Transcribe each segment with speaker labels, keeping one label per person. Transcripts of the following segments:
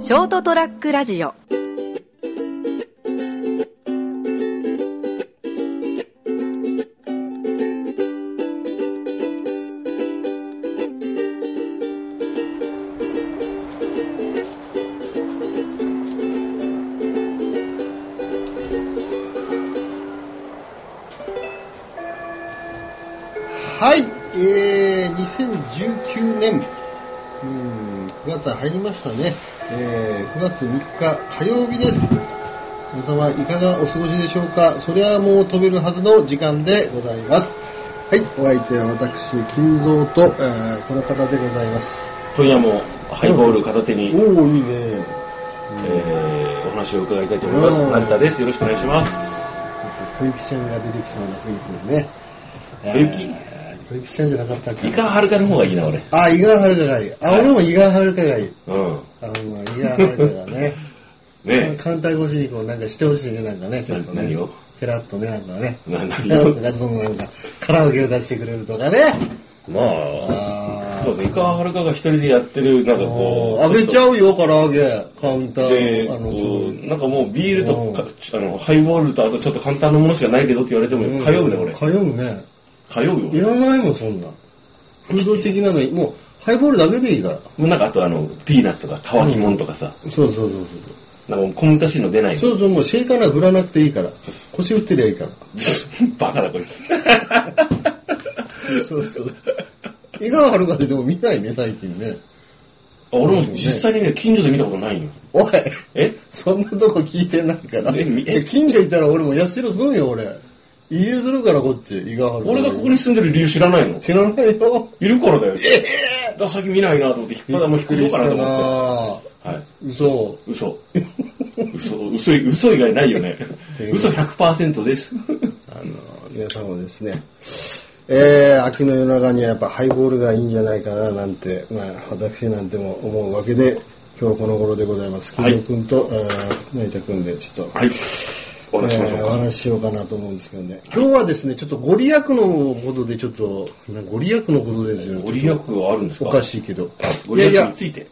Speaker 1: ショートトラックラジオ
Speaker 2: はい、えー、2019年、うーん、9月入りましたね。えー、9月3日火曜日です。皆様いかがお過ごしでしょうかそりゃもう飛べるはずの時間でございます。はい、お相手は私、金蔵と、えー、この方でございます。
Speaker 3: 今夜もハイボール片手
Speaker 2: おー、い
Speaker 3: に、
Speaker 2: いね。
Speaker 3: えーお話を伺いたいと思います。
Speaker 2: うん
Speaker 3: 成田です。よろしくお願いします。
Speaker 2: ちょっと小雪ちゃんが出てきそうな雰囲気でね。
Speaker 3: 小雪
Speaker 2: えー小雪ちゃんじゃなかったっ
Speaker 3: イ
Speaker 2: け
Speaker 3: カはるかの方がいいな、俺。
Speaker 2: あ、伊賀遥かがいい。あ、俺も伊賀遥かがいい。
Speaker 3: うん。
Speaker 2: あの、伊賀遥かがね。
Speaker 3: ね
Speaker 2: カウンター越しにこうなんかしてほしいね、なんかね、ちょっと
Speaker 3: な
Speaker 2: ね
Speaker 3: 何を。
Speaker 2: ペラッとね、なんかね。
Speaker 3: な何
Speaker 2: な
Speaker 3: を
Speaker 2: んかそのなんか、カラオケを出してくれるとかね。
Speaker 3: え。まあ、
Speaker 2: あ
Speaker 3: そうですね。イカはるかが一人でやってる、なんかこう。
Speaker 2: あげち
Speaker 3: ょっ
Speaker 2: ゃうよ、カラオケ。カウンタ
Speaker 3: と
Speaker 2: ー
Speaker 3: で、
Speaker 2: の。あの、ち
Speaker 3: こ
Speaker 2: ょっ
Speaker 3: う、なんかもうビールとか、あの、ハイボールとあとちょっと簡単なものしかないけどって言われても、
Speaker 2: と
Speaker 3: 通うね、俺。
Speaker 2: 通うね。
Speaker 3: 通う
Speaker 2: い
Speaker 3: よ。
Speaker 2: らないもん、そんな。フード的なの、もう、ハイボールだけでいいから。
Speaker 3: もうなんかあとあの、ピーナッツとか、乾きもんとかさ、
Speaker 2: そうそうそうそう。
Speaker 3: なんかもう小難しいの出ないの。
Speaker 2: そうそう、もうシェイカーなら振らなくていいから
Speaker 3: そうそ。
Speaker 2: 腰打ってりゃいいから。
Speaker 3: バカだこいつ。
Speaker 2: そう そう。井川遥ででも見ないね、最近ね。
Speaker 3: 俺も実際にね、近所で見たことないよ。
Speaker 2: おい。
Speaker 3: え
Speaker 2: そんなとこ聞いてないから。
Speaker 3: えみ
Speaker 2: え近所いたら俺も八代住むよ、俺。移住するから、こっち。伊賀原。
Speaker 3: 俺がここに住んでる理由知らないの
Speaker 2: 知らないよ。
Speaker 3: いるからだよ。だから先見ないなと思って、ただもう引っ越そうかなと思っ
Speaker 2: 思
Speaker 3: て。はい。
Speaker 2: 嘘。
Speaker 3: 嘘。嘘、嘘い、嘘以外ないよ ね。嘘100%です。
Speaker 2: あの、皆さんもですね。えー、秋の夜長にはやっぱハイボールがいいんじゃないかななんて、まあ、私なんても思うわけで、今日この頃でございます。金
Speaker 3: い
Speaker 2: 城君と、あー成田君でちょっと、
Speaker 3: はい。お話ししましょ
Speaker 2: えーお
Speaker 3: うか。
Speaker 2: 話ししようかなと思うんですけどね。今日はですね、ちょっとご利益のことで、ちょっと、なご利益のことでですね、
Speaker 3: ご利益はあるんです
Speaker 2: お
Speaker 3: か
Speaker 2: かしいけど。
Speaker 3: ご利益
Speaker 2: いやい
Speaker 3: に
Speaker 2: や、
Speaker 3: ついて。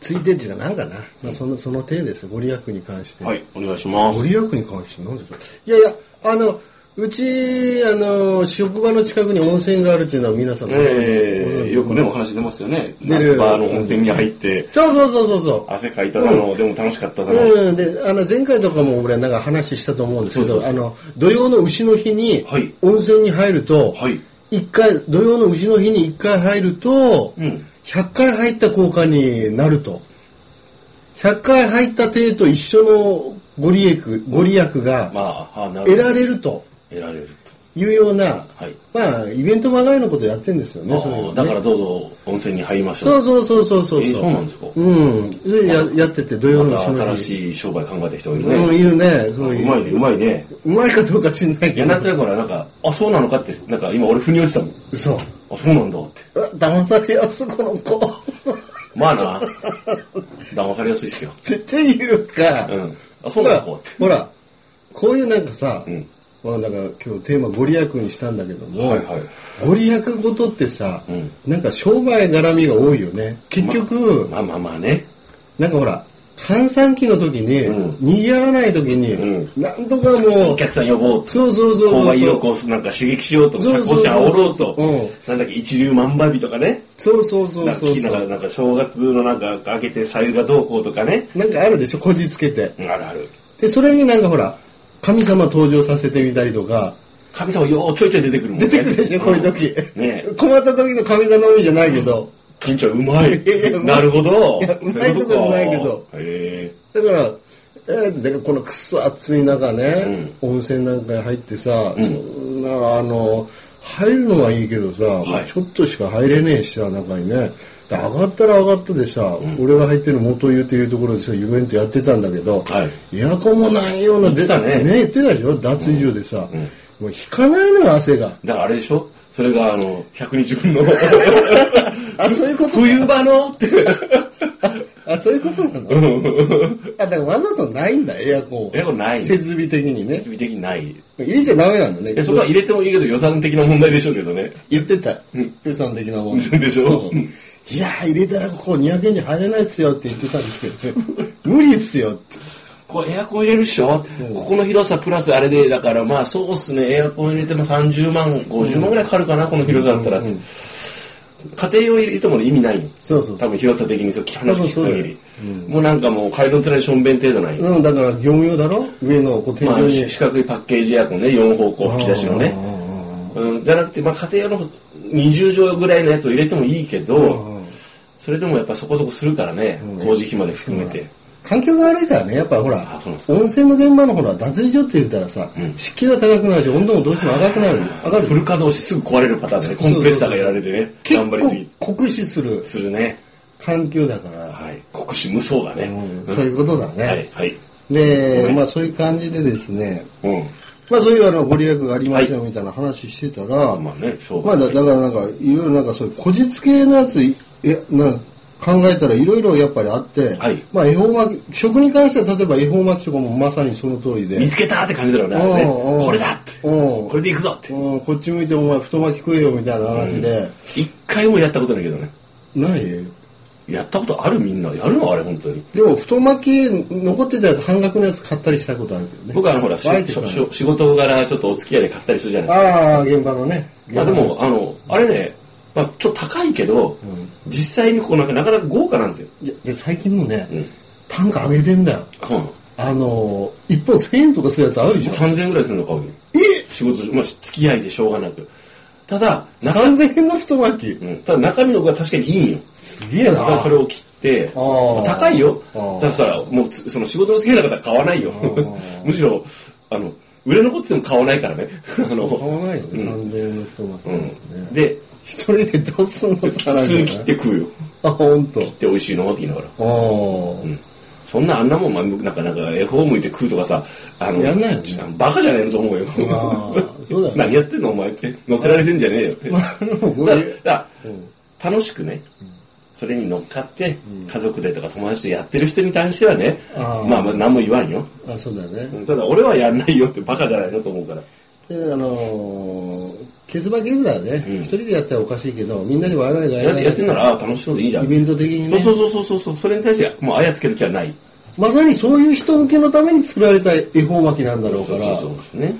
Speaker 2: ついてっていうか、なんかな。まあ、その、その点です。ご利益に関して。
Speaker 3: はい、お願いしま
Speaker 2: ご
Speaker 3: す。
Speaker 2: 利益に関してなんでしょう。いやいや、あの、うち、あの、職場の近くに温泉があるっていうのは皆さんも、
Speaker 3: えー、よくね、お話出ますよね。
Speaker 2: 出る
Speaker 3: 夏場の温泉に入って、
Speaker 2: そうそうそうそうそう。
Speaker 3: 汗かいただの、でも楽しかっただの。
Speaker 2: うん、であの前回とかも俺なんか話したと思うんですけど
Speaker 3: そうそうそう
Speaker 2: あの土曜の牛の日に
Speaker 3: はい
Speaker 2: 温泉に入ると、
Speaker 3: はい
Speaker 2: 一回土曜の牛の日に1回入ると、
Speaker 3: うん
Speaker 2: 100回入った効果になると100回入った手と一緒のご利益ご利益が
Speaker 3: まあ、あな
Speaker 2: 得
Speaker 3: るほ
Speaker 2: ら
Speaker 3: ど。
Speaker 2: れると
Speaker 3: 得られる
Speaker 2: いうような、
Speaker 3: はい
Speaker 2: まあイベントまがいのことやってんですよ
Speaker 3: と。
Speaker 2: ねそういう
Speaker 3: あ
Speaker 2: の
Speaker 3: あ
Speaker 2: ね
Speaker 3: だからどうぞ温泉に入りましょ。
Speaker 2: そううそうそうそうそう
Speaker 3: えーそうなんですか
Speaker 2: うんでややってて土曜の
Speaker 3: ま
Speaker 2: 牛
Speaker 3: た
Speaker 2: の
Speaker 3: 新
Speaker 2: 日
Speaker 3: しい商売考えた人がいるね。
Speaker 2: うん、いるね。そういう
Speaker 3: まいね、うまいね。
Speaker 2: うまいかどうか知んない
Speaker 3: い
Speaker 2: け
Speaker 3: や、
Speaker 2: ど
Speaker 3: な。んとなくほら、なんか、あ、そうなのかって、なんか今俺腑に落ちたもん。
Speaker 2: 嘘。
Speaker 3: あ、そうなんだって。
Speaker 2: うわ騙されやす、この子。
Speaker 3: まあな、騙されやすいっすよ。
Speaker 2: ってっていうか、
Speaker 3: うん。あ、そ
Speaker 2: ほ
Speaker 3: うなん
Speaker 2: ら、
Speaker 3: ですかって。
Speaker 2: ほら、こういうなんかさ、
Speaker 3: ん
Speaker 2: まあなんか今日テーマご利益にしたんだけども、
Speaker 3: はいはい
Speaker 2: ご利益ごとってさ、
Speaker 3: うん
Speaker 2: なんか商売絡みが多いよね。結局、
Speaker 3: まあまあまあね。
Speaker 2: なんかほら、閑散期の時に、
Speaker 3: うん
Speaker 2: 賑わわない時に、
Speaker 3: う
Speaker 2: なんとかも
Speaker 3: お
Speaker 2: う、
Speaker 3: 客さん呼ぼうと。
Speaker 2: そうそうそう
Speaker 3: 購
Speaker 2: そう
Speaker 3: 買意
Speaker 2: そう
Speaker 3: 欲をなんか刺激しようと、
Speaker 2: そうそう
Speaker 3: 社
Speaker 2: そう
Speaker 3: 交者煽ろうと
Speaker 2: うん。
Speaker 3: なんだっけ、一粒万倍日とかね。
Speaker 2: そうそうそ
Speaker 3: な
Speaker 2: うん
Speaker 3: か
Speaker 2: そう
Speaker 3: 聞いながら、なんか正月のなんか開けて、さゆがどうこうとかね。
Speaker 2: なんかあるでしょ、こじつけて。
Speaker 3: うんあるある。
Speaker 2: で、それになんかほら、神様登場させてみたりとか、
Speaker 3: 神様ようちょいちょい出てくるもんね。
Speaker 2: 出てくるでしょ、こういう時。
Speaker 3: うんねえ
Speaker 2: 困った時の神頼みじゃないけど。
Speaker 3: 緊張うまい
Speaker 2: いやいや。
Speaker 3: なるほど。
Speaker 2: いやうまいとかじゃないけど
Speaker 3: そういうこ
Speaker 2: だから、えーでこのくっそ暑い中ね、温泉なんか入ってさ、そんな、あの、入るのはいいけどさ、
Speaker 3: い
Speaker 2: ちょっとしか入れねえしさ、中にね。で上がったら上がったでさ、俺が入ってる元湯というところでさ、イベントやってたんだけど、
Speaker 3: はい
Speaker 2: エアコンもないような、
Speaker 3: 言ってたね
Speaker 2: 言ってたでしょ、脱衣所でさ、もう引かないのよ、汗が。
Speaker 3: か。だからあれでしょそれが、あの、120分の。
Speaker 2: あ、そういうこと
Speaker 3: 冬場のって。
Speaker 2: あ、そういうことなのあ、だからわざとないんだ、エアコンを。
Speaker 3: エアコンない
Speaker 2: 設備的にね
Speaker 3: 設。備的にない。い
Speaker 2: 入れちゃダメなんだね。
Speaker 3: や、そこは入れてもいいけど予算的な問題でしょうけどね。
Speaker 2: 言ってた。予算的なもん。
Speaker 3: でしょ
Speaker 2: うんいやー、入れたらここ200円じゃ入れないっすよって言ってたんですけど ね。無理っすよって。
Speaker 3: これエアコン入れるっしょ、ここの広さプラスあれで、だからまあそうっすね、エアコン入れても30万、50万ぐらいかかるかな、この広さだったらって。家庭用入れても意味ないよ
Speaker 2: そうそう
Speaker 3: 多分広さ的にそう話聞
Speaker 2: そう
Speaker 3: く
Speaker 2: そう
Speaker 3: 限り、もうなんかもう階段つらいしょんべん程度ない、
Speaker 2: うん、だから業務用だろ上のこう天
Speaker 3: ま
Speaker 2: 井
Speaker 3: あ、
Speaker 2: に
Speaker 3: し。四角いパッケージエアコンね4方向吹き出しのねうん、じゃなくて、まあ、家庭用の20畳ぐらいのやつを入れてもいいけどそれでもやっぱそこそこするからね工事費まで含めて
Speaker 2: 環境が悪いからね、やっぱほら
Speaker 3: あそうなんで、す
Speaker 2: 温泉の現場のほら、脱衣所って言ったらさ、湿気が高くなるし、温度もどうしても上がくなる。上がる。
Speaker 3: フル稼働してすぐ壊れるパターンだねコンプレッサーがやられてね
Speaker 2: 結
Speaker 3: 頑張りすぎ
Speaker 2: 構酷使する
Speaker 3: するね
Speaker 2: 環境だから、
Speaker 3: はい国士無双だね、
Speaker 2: うんそういうことだね。
Speaker 3: はいはい
Speaker 2: で、
Speaker 3: はい
Speaker 2: まあそういう感じでですね、
Speaker 3: うん
Speaker 2: まあそういうあのご利益がありますよみたいな話してたら、
Speaker 3: まあね商売
Speaker 2: まあだだからなんかいろいろなんかそういうこじつけのやついやなんか考えたらいろいろやっぱりあって、
Speaker 3: はい
Speaker 2: まあ恵方巻き、食に関しては例えば恵方巻きとかもまさにその通りで
Speaker 3: 見、つけたって感じだろうねあれね
Speaker 2: おうおう
Speaker 3: これだって
Speaker 2: おう
Speaker 3: これでいくぞって
Speaker 2: うんこっち向いてお前太巻き食えよみたいな話で、
Speaker 3: 一回もやったことないけどね
Speaker 2: ない
Speaker 3: やったことあるみんなやるのあれ本当に
Speaker 2: でも太巻き残ってたやつ半額のやつ買ったりしたことあるけどね。
Speaker 3: 僕はあのほらし
Speaker 2: バイト
Speaker 3: し
Speaker 2: とか
Speaker 3: し仕事柄ちょっとお付き合いで買ったりするじゃないですか
Speaker 2: ああ、現場のね。
Speaker 3: まあでもあのあれね、まあ、ちょっと高いけど、実際にこうなんかなかなか豪華なんですよ、
Speaker 2: いやで最近もね、
Speaker 3: うん、
Speaker 2: 単価上げてんだよ。
Speaker 3: あそうなの
Speaker 2: あのー、1本1000円とかするやつあるでしょ
Speaker 3: 3000円ぐらいするの買うよ
Speaker 2: え
Speaker 3: 仕事上まあ付き合いでしょうがなくただ中,、
Speaker 2: ?3000 円の太巻き
Speaker 3: うん、ただ中身の方が確かにいいんよ
Speaker 2: すげえ
Speaker 3: だから
Speaker 2: な
Speaker 3: そ。れを切って、
Speaker 2: あー
Speaker 3: まあ高いよ
Speaker 2: あー。
Speaker 3: だからさ、もうつその仕事の付き合いなかったら買わないよ。 むしろ、あの、売れ残ってても買わないからね。 あ
Speaker 2: 買
Speaker 3: の、
Speaker 2: わないよね、3000円の太巻き、
Speaker 3: う
Speaker 2: ね
Speaker 3: ん。で、
Speaker 2: 一人でどうすんのって
Speaker 3: 普通に切って食うよ。
Speaker 2: あ、ほんと。
Speaker 3: 切って美味しいなって言いながら。
Speaker 2: ああ、
Speaker 3: そんなあんなもん、まあ、なんか、なんか、恵方向いて食うとかさ、あの、
Speaker 2: やんないよね
Speaker 3: ちバカじゃねえのと思うよ。
Speaker 2: あーそうだよね
Speaker 3: 何やってんのお前って。乗せられてんじゃねえよって。
Speaker 2: でもこ
Speaker 3: だ
Speaker 2: れ
Speaker 3: だ楽しくね、それに乗っかって、家族でとか友達でやってる人に関してはね、
Speaker 2: あー
Speaker 3: まあまあ何も言わんよ。
Speaker 2: あ、そうだよね。
Speaker 3: ただ俺はやんないよってバカじゃないのと思うから。
Speaker 2: で、あのー、ケースバイケースだよね。一、人でやったらおかしいけど、みんなに笑いが
Speaker 3: やってやってんなら、ああ、楽しそうでいいじゃん。
Speaker 2: イベント的にね
Speaker 3: そうそうそうそうそう。それに対して、もうあやつける気はない。
Speaker 2: まさにそういう人向けのために作られた恵方巻きなんだろうか
Speaker 3: そう
Speaker 2: ら。
Speaker 3: そうそうですね。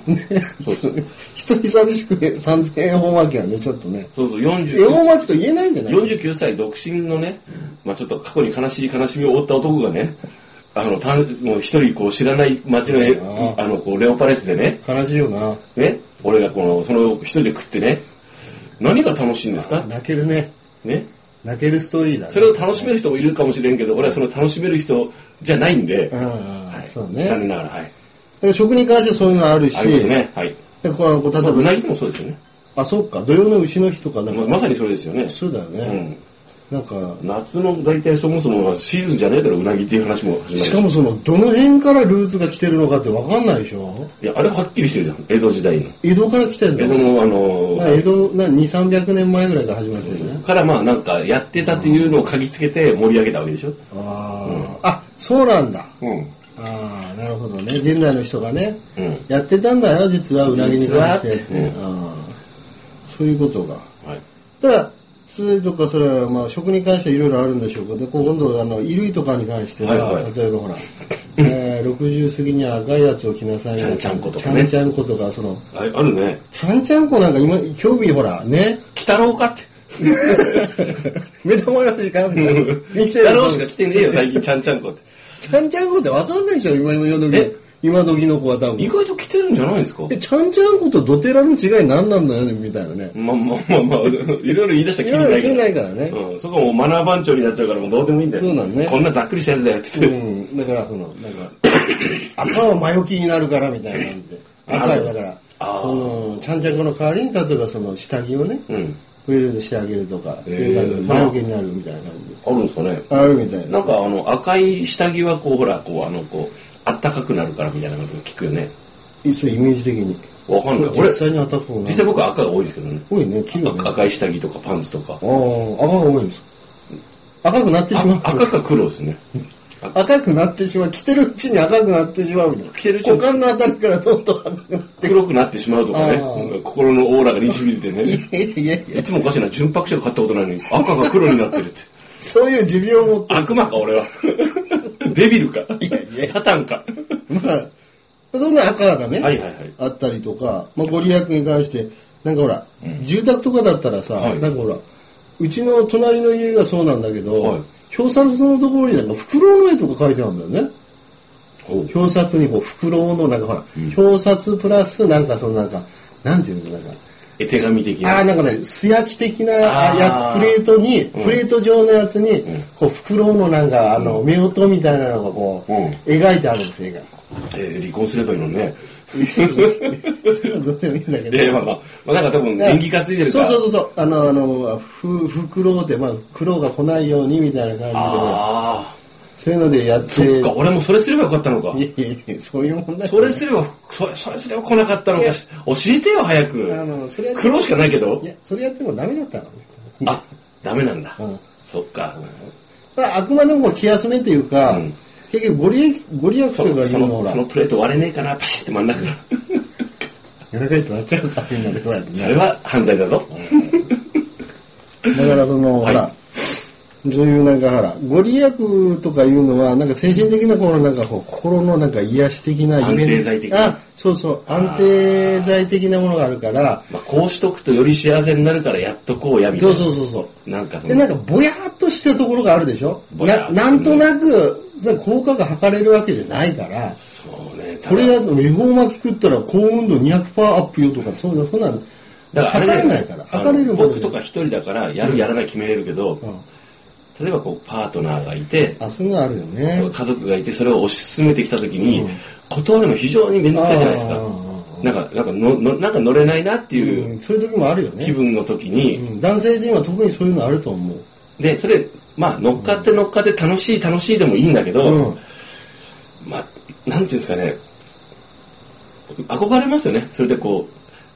Speaker 2: 一人寂しく3000円恵方巻きはね、ちょっとね。
Speaker 3: そうそう、
Speaker 2: 恵
Speaker 3: 49
Speaker 2: 方巻きと言えないんじゃない
Speaker 3: 49歳独身のね、まあちょっと過去に悲しい悲しみを負った男がね、あの、たんもう一人こう知らない街のえ
Speaker 2: あ、
Speaker 3: あの、こう、レオパレスでね、
Speaker 2: 悲しいよな。
Speaker 3: ね、俺がこの、その一人で食ってね、何が楽しいんですか
Speaker 2: 泣けるね。
Speaker 3: ね。
Speaker 2: 泣けるストーリーだね。
Speaker 3: それを楽しめる人もいるかもしれんけど、俺はその楽しめる人じゃないんで、
Speaker 2: うん
Speaker 3: は
Speaker 2: うん、
Speaker 3: い
Speaker 2: そう
Speaker 3: 残
Speaker 2: ね。
Speaker 3: 念ながら、はい。
Speaker 2: で食に関してそういうのあるし、
Speaker 3: ありますね。はい。
Speaker 2: でこのこう例え
Speaker 3: まあ、
Speaker 2: ば、
Speaker 3: うなぎでもそうですよね。
Speaker 2: あ、そっか、土曜の牛の日とかなんか、
Speaker 3: ままさにそれですよね。
Speaker 2: そうだよね。なんか、
Speaker 3: 夏の大体そもそもがシーズンじゃねえだろ、うなぎっていう話も始まる。
Speaker 2: しかもその、どの辺からルーツが来てるのかってわかんないでしょ
Speaker 3: いや、あれははっきりしてるじゃん。江戸時代の。
Speaker 2: 江戸から来てん
Speaker 3: 江戸
Speaker 2: の
Speaker 3: の、あの
Speaker 2: まあ江戸、な、2、300年前ぐらいから始まってるね。
Speaker 3: からまあなんかやってたというのを嗅ぎつけて盛り上げたわけでしょ。
Speaker 2: あーあ、そうなんだ。
Speaker 3: うん。
Speaker 2: ああ、なるほどね。現代の人がね、
Speaker 3: うん
Speaker 2: やってたんだよ、実は、うなぎに関してって。
Speaker 3: 実
Speaker 2: あーそういうことが。
Speaker 3: はい。
Speaker 2: ただ、それとか、それは、まあ、食に関してはいろいろあるんでしょうけど、こう今度、あの、衣類とかに関しては、
Speaker 3: はいはい
Speaker 2: 例えばほら、えー、60過ぎには赤いやつを着なさい
Speaker 3: ちゃんちゃんこと
Speaker 2: ちゃ
Speaker 3: かね
Speaker 2: んちゃんことか、その、
Speaker 3: ああるね。
Speaker 2: ちゃんちゃんこなんか今、興味ほら、ね、
Speaker 3: 鬼太郎かって。
Speaker 2: 目玉がしか見て
Speaker 3: 鬼
Speaker 2: る。見て
Speaker 3: 太郎しか
Speaker 2: る。
Speaker 3: 来てねえよ、 最近、ちゃんちゃんこって。
Speaker 2: ちゃんちゃんこってわかんないでしょ、今、今時
Speaker 3: え。
Speaker 2: 今時の子は多分
Speaker 3: 意。外と来てるんじゃないですか
Speaker 2: え、ちゃんちゃんことドテラの違い何なんだよね、みたいなね。
Speaker 3: まあまあまあまあ、いろいろ言い出したら
Speaker 2: いろいろ
Speaker 3: き
Speaker 2: 切
Speaker 3: り
Speaker 2: りな
Speaker 3: ないい
Speaker 2: か
Speaker 3: からら。
Speaker 2: ね
Speaker 3: うん。そこはもうマナー番長になっちゃうからもうどうでもいいんだよ。
Speaker 2: そうなんね
Speaker 3: こんなざっくりしたやつだよ、つっ
Speaker 2: う
Speaker 3: て。
Speaker 2: ん。だから、その、なんか、 赤は魔除きになるから、みたいな感じで。赤い、だから、
Speaker 3: あー
Speaker 2: その、ちゃんちゃんこの代わりに、例えばその、下着をね、
Speaker 3: うん。
Speaker 2: フリルでしてあげるとか、
Speaker 3: えー
Speaker 2: いう感じで魔除けになるみたいな感じで。
Speaker 3: あるんですかね。
Speaker 2: あるみたいな。
Speaker 3: なんかあの赤い下着はこうほらこうあのこうあったかくなるからみたいなこと聞くよね。
Speaker 2: そうイメージ的に。
Speaker 3: わかんない。
Speaker 2: 実
Speaker 3: 俺
Speaker 2: 際にアタックを
Speaker 3: 実際僕は赤が多いですけどね。
Speaker 2: 多いね、黄色ね。
Speaker 3: 赤
Speaker 2: あ
Speaker 3: 赤い下着とかパンツとか
Speaker 2: あ。ー、赤が多いんです。赤くなってしま
Speaker 3: あ
Speaker 2: う。
Speaker 3: 赤か黒ですね。
Speaker 2: 赤くなってしまう、着てるうちに赤くなってしまうみたいな。
Speaker 3: 着てるうちに
Speaker 2: 股間のあたりからどんどん赤くなって。
Speaker 3: 黒くなってしまうとかね
Speaker 2: あー、
Speaker 3: 心のオーラがにじみ出てね、
Speaker 2: いやいやいや、
Speaker 3: いつもおかしいな、純白しか買ったことないのに、赤が黒になってるって。
Speaker 2: そういう持病を持って
Speaker 3: 悪魔 か、俺は。デビルか
Speaker 2: やい。や
Speaker 3: サタンか。
Speaker 2: まあ、そんな赤がね、
Speaker 3: はいはいはい
Speaker 2: あったりとか、まあ、ご利益に関して、なんかほら、住宅とかだったらさ、
Speaker 3: はい
Speaker 2: なんかほら、うちの隣の家がそうなんだけど、
Speaker 3: はい
Speaker 2: 表札のところになんかフクロウの絵とか書いてあるんだよね。
Speaker 3: ほう
Speaker 2: 表札にこう、フクロウのなんかほら、表札プラスなんかそのなんか、なんていうのなんか、
Speaker 3: 絵手紙的
Speaker 2: ああー、
Speaker 3: な。
Speaker 2: なんかね、素焼き的な
Speaker 3: あー
Speaker 2: やつ、プレートに、
Speaker 3: ん
Speaker 2: プレート状のやつに、
Speaker 3: ん
Speaker 2: こう、袋のなんか、あの、夫婦みたいなのがこう、
Speaker 3: うん
Speaker 2: 描いてあるん です、絵が。
Speaker 3: えー離婚すればいいのにね。
Speaker 2: それはどうでもいいんだけど。
Speaker 3: で、まあまあ、まあなんか多分、
Speaker 2: だから
Speaker 3: 縁起担いでるから。
Speaker 2: そうそうそうそう。あの、あの、ふ、ふくろうって、まあ、苦労が来ないようにみたいな感じでね、
Speaker 3: ああ、
Speaker 2: そういうのでやって、
Speaker 3: そっか、俺もそれすればよかったのか
Speaker 2: い。やいやいや、そういう問題。
Speaker 3: それすれば、それ、それすれば来なかったのか。教えてよ、早
Speaker 2: あの、
Speaker 3: く。
Speaker 2: それやって
Speaker 3: 苦労しかないけど
Speaker 2: い。や、それやってもダメだったのね。
Speaker 3: あ、ダメなんだ
Speaker 2: うん。
Speaker 3: そっか。
Speaker 2: まああくまでもこう気休めというか、
Speaker 3: うん
Speaker 2: 結局ご利益、ご利益と
Speaker 3: そ
Speaker 2: いうか、い
Speaker 3: の、
Speaker 2: う
Speaker 3: そ
Speaker 2: のほ
Speaker 3: の、
Speaker 2: ら
Speaker 3: そ、のプレート割れねえかな、パシッて真ん中から。
Speaker 2: 夜中になっちゃうからみんなでこうやってね
Speaker 3: それは犯罪だぞ。
Speaker 2: だからその、
Speaker 3: はい
Speaker 2: ほら、そういうなんかほら、ご利益とかいうのは、なんか精神的なこのなんかこう心のなんか癒し的なイベント
Speaker 3: 安定剤的な
Speaker 2: あ、そうそう、安定剤的なものがあるから、
Speaker 3: まあ、こうしとくとより幸せになるからやっとこうや、みたい
Speaker 2: そ
Speaker 3: な。
Speaker 2: うそうそうそう。
Speaker 3: なんかそ
Speaker 2: で、な
Speaker 3: の
Speaker 2: ん、かぼやっとしたところがあるでしょ
Speaker 3: ぼやっ
Speaker 2: なな
Speaker 3: とね
Speaker 2: んとなく、それ効果が測れるわけじゃないから、
Speaker 3: そうね。た
Speaker 2: こ
Speaker 3: だ
Speaker 2: れやると、恵方巻き食ったら高温度200%アップよとか、そういうの、そんなの。
Speaker 3: だからあれだよ
Speaker 2: 測れないから。
Speaker 3: あの
Speaker 2: 測れるもの
Speaker 3: 僕とか一人だから、やるやらない決めれるけど、例えばこう、パートナーがいて、
Speaker 2: あ、そういうのあるよね。
Speaker 3: 家族がいて、それを推し進めてきたときに、断るの非常に面倒くさいじゃないです
Speaker 2: あ
Speaker 3: か
Speaker 2: ー。
Speaker 3: なんか、なんかのの、なんか乗れないなっていううん
Speaker 2: そういう時もあるよね。
Speaker 3: 気分の時に、
Speaker 2: うん男性陣は特にそういうのあると思う。
Speaker 3: で、それ、まあ、乗っかって乗っかって楽しい楽しいでもいいんだけど、
Speaker 2: うん
Speaker 3: まあ、なんていうんですかね、憧れますよね。それでこ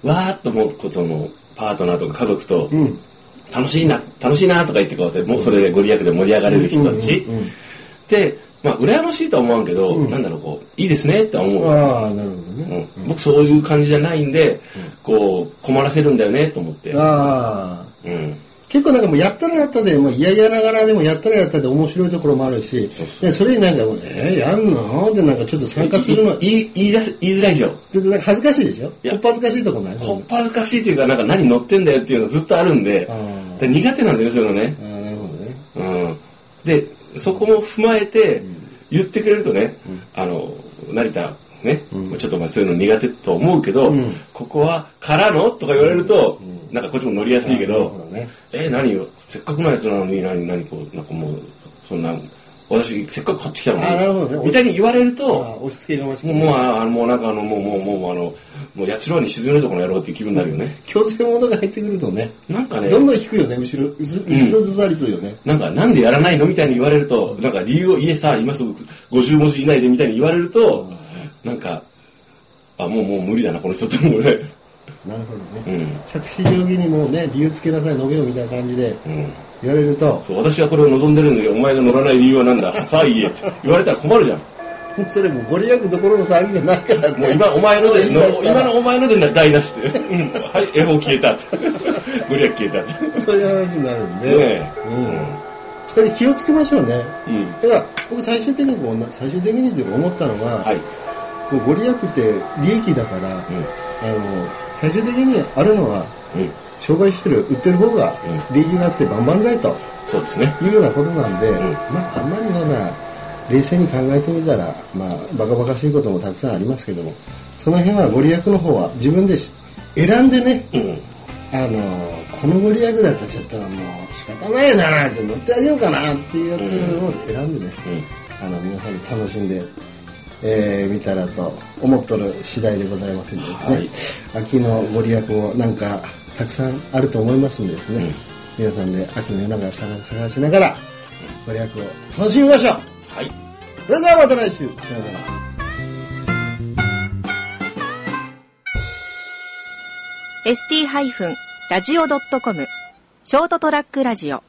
Speaker 3: う、わーっともう、ことの、パートナーとか家族と、
Speaker 2: うん。
Speaker 3: 楽しいな、楽しいなとか言ってこうやって、もうそれでご利益で盛り上がれる人たち。
Speaker 2: うんうん
Speaker 3: で、まあ、羨ましいとは思わんけど、なんだろう、こう、いいですねって思う。
Speaker 2: ああ、なるほどね。
Speaker 3: うん、僕そういう感じじゃないんで、こう、困らせるんだよねと思って。
Speaker 2: ああ。
Speaker 3: うん。
Speaker 2: 結構なんかもうやったらやったで、もう嫌々ながらでもやったらやったで面白いところもあるし
Speaker 3: そう、そう
Speaker 2: でそれになんかもう、えー、やんのってなんかちょっと参加するのは、
Speaker 3: いい言い出せ、言いづらいじゃん。
Speaker 2: ちょっとなんか恥ずかしいでしょ
Speaker 3: や
Speaker 2: こっぱずかしいとこない
Speaker 3: こっぱずかしいというか、なんか何乗ってんだよっていうのがずっとあるんで、
Speaker 2: あー
Speaker 3: で苦手なんですよ、そういうのね
Speaker 2: あ。ーなるほどね。
Speaker 3: うん。で、そこも踏まえて、言ってくれるとね、あの、成田、ね、ちょっとお前そういうの苦手と思うけど、ここは、からのとか言われると、なんかこっちも乗りやすいけ
Speaker 2: なる
Speaker 3: ど、
Speaker 2: ほどね。
Speaker 3: え、何よ、せっかくのやつなのに、何、何、こう、なんかもう、そんな、私、せっかく買ってきたのに、
Speaker 2: あなるほどね
Speaker 3: みたいに言われる
Speaker 2: あ
Speaker 3: と、
Speaker 2: ー押し付けがましく
Speaker 3: もう、
Speaker 2: ね。
Speaker 3: もう、あの、もうなんかあの、もう、もう、もう、あの、もう、やつらに沈めるとこの野郎っていう気分になるよね。
Speaker 2: 強制物が入ってくるとね、
Speaker 3: なんかね、
Speaker 2: どんどん引くよね、後ろ、うず後ろずさりするよね。
Speaker 3: なんか、なんでやらないのみたいに言われると、なんか理由を言えさ、今すぐ50文字以内でみたいに言われると、なんか、あ、もうもう無理だな、この人って思うね。
Speaker 2: なるほどね。
Speaker 3: うん。
Speaker 2: 着手定規にもね、理由つけなさい、述べよみたいな感じで
Speaker 3: うん。
Speaker 2: 言われると、
Speaker 3: そう、私はこれを望んでるのに、お前が乗らない理由はなんださあ言えって言われたら困るじゃん。
Speaker 2: も うそれもうご利益どころの騒ぎじゃないからね
Speaker 3: もう今、お前ので、
Speaker 2: そう言い出
Speaker 3: の
Speaker 2: したら
Speaker 3: 今のお前ので台無して。うん。はい、エゴ消えたって。 ご利益消えたって。ね
Speaker 2: そういう話になるんで、
Speaker 3: え。
Speaker 2: それに気をつけましょうね。
Speaker 3: うん。うん。
Speaker 2: だから、僕最終的にこうな、最終的にっていうか思ったのが、
Speaker 3: はい。
Speaker 2: こうご利益って利益だから、あ
Speaker 3: うん。
Speaker 2: の、最終的にあるのは、
Speaker 3: うん。
Speaker 2: 商売してる、売ってる方が
Speaker 3: う
Speaker 2: 利益があって万々歳と
Speaker 3: そうですね。
Speaker 2: いうようなことなんで、
Speaker 3: ん
Speaker 2: まあ、あんまりそんな、冷静に考えてみたら、まあ、バカバカしいこともたくさんありますけども、その辺はご利益の方は自分でし選んでね、
Speaker 3: うん。
Speaker 2: あのこのご利益だったらちょっともう仕方ないなって乗ってあげようかなっていうやつを選んでね、
Speaker 3: うん。
Speaker 2: あの皆さんで楽しんで、えー見たらと思っとる次第でございますんでですね、秋のご利益もなんかたくさんあると思いますんでですね、
Speaker 3: うん
Speaker 2: 皆さんで秋の世の中探探しながらご利益を楽しみましょう
Speaker 3: はい。
Speaker 2: それではまた来週さようなら「
Speaker 1: ST-radio.com ショートトラックラジオ